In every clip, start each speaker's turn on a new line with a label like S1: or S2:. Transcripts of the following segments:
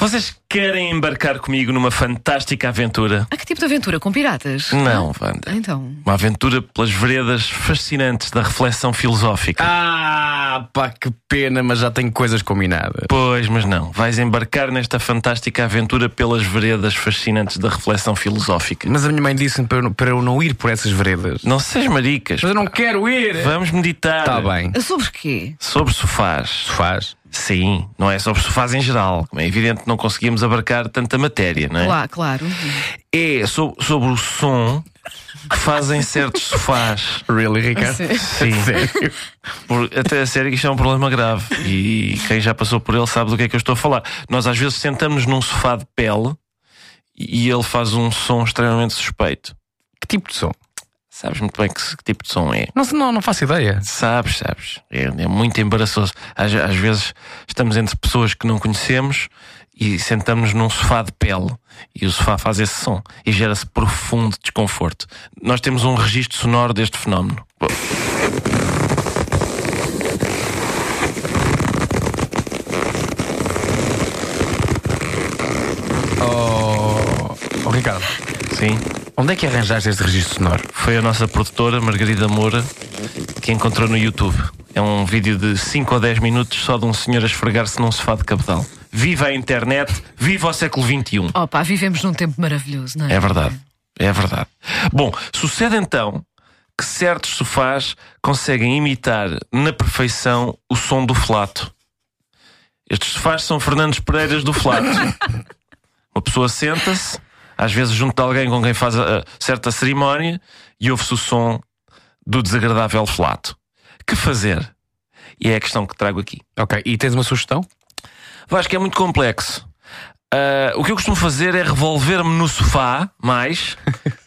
S1: Vocês querem embarcar comigo numa fantástica aventura?
S2: Ah, que tipo de aventura? Com piratas?
S1: Não, Wanda.
S2: Então.
S1: Uma aventura pelas veredas fascinantes da reflexão filosófica.
S3: Ah, pá, que pena, mas já tenho coisas combinadas.
S1: Pois, mas não. Vais embarcar nesta fantástica aventura pelas veredas fascinantes da reflexão filosófica.
S3: Mas a minha mãe disse-me para, eu não- para eu não ir por essas veredas.
S1: Não sejas maricas.
S3: Mas eu não quero ir!
S1: Vamos meditar.
S3: Está bem.
S2: Sobre quê?
S1: Sobre sofás.
S3: Faz.
S1: Sim, não é sobre sofás em geral. Como é evidente, não conseguimos abarcar tanta matéria, não é?
S2: Lá, claro.
S1: É so- sobre o som que fazem certos sofás.
S3: Really, Ricardo?
S1: Sim.
S3: Sério?
S1: Por, até a sério que isto é um problema grave e quem já passou por ele sabe do que é que eu estou a falar. Nós às vezes sentamos num sofá de pele e ele faz um som extremamente suspeito.
S3: que tipo de som?
S1: Sabes muito bem que, se- que tipo de som é.
S3: Não, se- não, não faço ideia.
S1: Sabes, sabes. É, é muito embaraçoso. Às, às vezes estamos entre pessoas que não conhecemos e sentamos num sofá de pele e o sofá faz esse som e gera-se profundo desconforto. Nós temos um registro sonoro deste fenómeno.
S3: Oh, oh, Ricardo,
S1: Sim.
S3: onde é que arranjaste este registro sonoro?
S1: Foi a nossa produtora Margarida Moura que encontrou no YouTube. É um vídeo de 5 ou 10 minutos só de um senhor a esfregar-se num sofá de cabedal. Viva a internet, viva o século um. XXI.
S2: Opa, vivemos num tempo maravilhoso, não é?
S1: É verdade, é verdade. Bom, sucede então que certos sofás conseguem imitar na perfeição o som do flato. Estes sofás são Fernandes Pereiras do flato. Uma pessoa senta-se, às vezes junto de alguém com quem faz a- a certa cerimónia, e ouve-se o som do desagradável flato. Que fazer? E é a questão que trago aqui.
S3: Ok, e tens uma sugestão?
S1: Vasco, é muito complexo. Ah, o que eu costumo fazer é revolver-me no sofá, mais,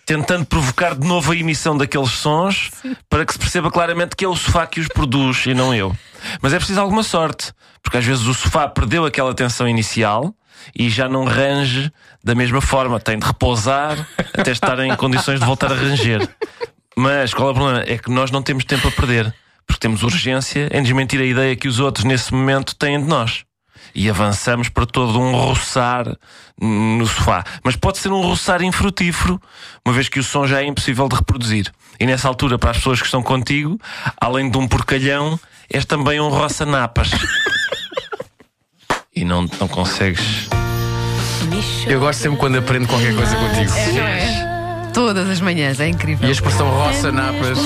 S1: tentando provocar de novo a emissão daqueles sons, para que se perceba claramente que é o sofá que os produz e não eu. Mas é preciso alguma sorte, porque às vezes o sofá perdeu aquela tensão inicial e já não range da mesma forma. Tem de repousar até estar em condições de voltar a ranger. Mas qual é o problema? É que nós não temos tempo a perder, porque temos urgência em desmentir a ideia que os outros nesse momento têm de nós. E avançamos para todo um roçar no sofá. Mas pode ser um roçar infrutífero, uma vez que o som já é impossível de reproduzir. E nessa altura, para as pessoas que estão contigo, além de um porcalhão, és também um roça-napas. e não, não consegues.
S3: Eu gosto sempre quando aprendo qualquer coisa contigo.
S2: Não é? Todas as manhãs, é incrível.
S3: E a expressão roça napas.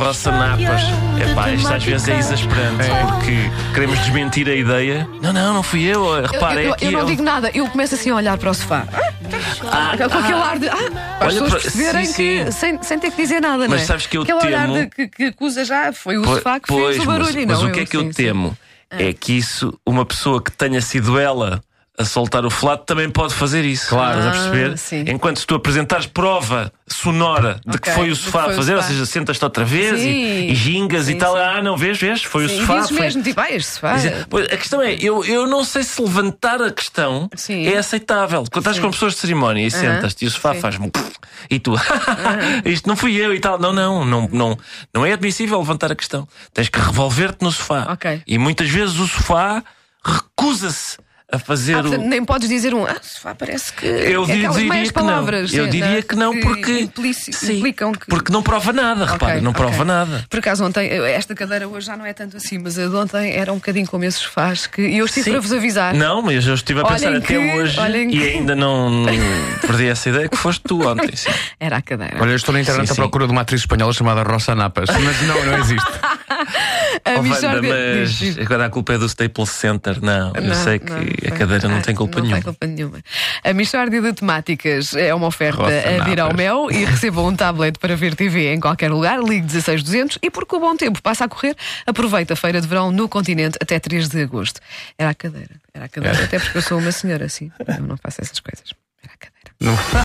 S1: Roça napas. Epá, isto às vezes é exasperante, porque queremos desmentir a ideia. Não, não, não fui eu.
S2: Eu-
S1: Repara,
S2: eu, eu
S1: é aqui.
S2: não
S1: eu.
S2: digo nada, eu começo assim a olhar para o sofá.
S1: Ah,
S2: Com aquele
S1: ah.
S2: ar de. Ah, para as
S1: Olha
S2: pessoas
S1: para-
S2: perceberem
S1: sim,
S2: que.
S1: sim.
S2: Sem, sem ter que dizer nada, não é?
S1: Mas sabes que eu
S2: aquele olhar
S1: temo-
S2: de que, que acusa já foi o
S1: Po-
S2: sofá que fez o barulho
S1: mas,
S2: e não
S1: mas o que é que eu
S2: sim, Ah. sim.
S1: temo é que isso, uma pessoa que tenha sido ela a soltar o flato também pode fazer isso.
S3: Claro.
S1: Estás
S2: Ah,
S1: a perceber?
S2: sim.
S1: Enquanto se tu apresentares prova sonora de
S2: Ok,
S1: que foi o
S2: de que
S1: sofá
S2: foi
S1: a
S2: o
S1: fazer,
S2: sofá.
S1: ou seja, sentas-te outra vez
S2: Sim.
S1: e, e gingas
S2: Sim,
S1: e tal,
S2: sim.
S1: ah, não vês, vês, foi
S2: Sim,
S1: o sofá.
S2: dizes
S1: foi-
S2: mesmo, tipo, ah, este sofá.
S1: Dizer- Pois, A questão é, eu, eu não sei se levantar a questão
S2: Sim.
S1: é aceitável. Quando estás com pessoas de cerimónia e sentas-te e o sofá
S2: Sim.
S1: faz-me um e tu, isto não fui eu e tal. Não, não, não, não, não é admissível levantar a questão. Tens que revolver-te no sofá.
S2: Ok.
S1: E muitas vezes o sofá recusa-se a fazer
S2: Ah,
S1: o.
S2: portanto, nem podes dizer um. Ah, sofá parece que.
S1: Eu
S2: é
S1: di-
S2: aquelas
S1: diria
S2: meias
S1: que não.
S2: palavras. é,
S1: Eu
S2: sim,
S1: diria que não, porque-
S2: implici-
S1: Sim.
S2: implicam que.
S1: Porque não prova nada,
S2: Ok,
S1: repara, não
S2: ok.
S1: prova nada.
S2: Por acaso ontem, eu- esta cadeira hoje já não é tanto assim, mas a de ontem era um bocadinho como esses faz que. E eu estive
S1: Sim.
S2: para vos avisar.
S1: Não, mas eu estive a
S2: Olhem
S1: pensar até
S2: que-
S1: hoje
S2: olhem
S1: e
S2: que-
S1: ainda não, não perdi essa ideia que foste tu ontem. Sim.
S2: Era a cadeira.
S3: Olha, eu estou na internet
S1: Sim,
S3: à
S1: sim.
S3: procura de uma atriz espanhola chamada Roça Napas, mas não, não existe.
S2: A
S1: Oh, Wanda,
S2: Michórdia.
S1: mas
S2: diz, diz.
S1: agora a culpa é do Staples Center. Não, eu
S2: Não,
S1: sei que
S2: não,
S1: a
S2: foi-
S1: cadeira não
S2: ah,
S1: tem culpa
S2: não
S1: nenhuma.
S2: culpa nenhuma. A Michórdia de Temáticas é uma oferta
S3: Roça
S2: a vir ao
S3: napas.
S2: mel e receba um tablet para ver TV em qualquer lugar, ligue 16200 e porque o bom tempo passa a correr, aproveita a feira de verão no continente até 3 de agosto. Era a cadeira, era a cadeira, até porque eu sou uma senhora assim, eu não faço essas coisas. Era a cadeira.
S3: Não-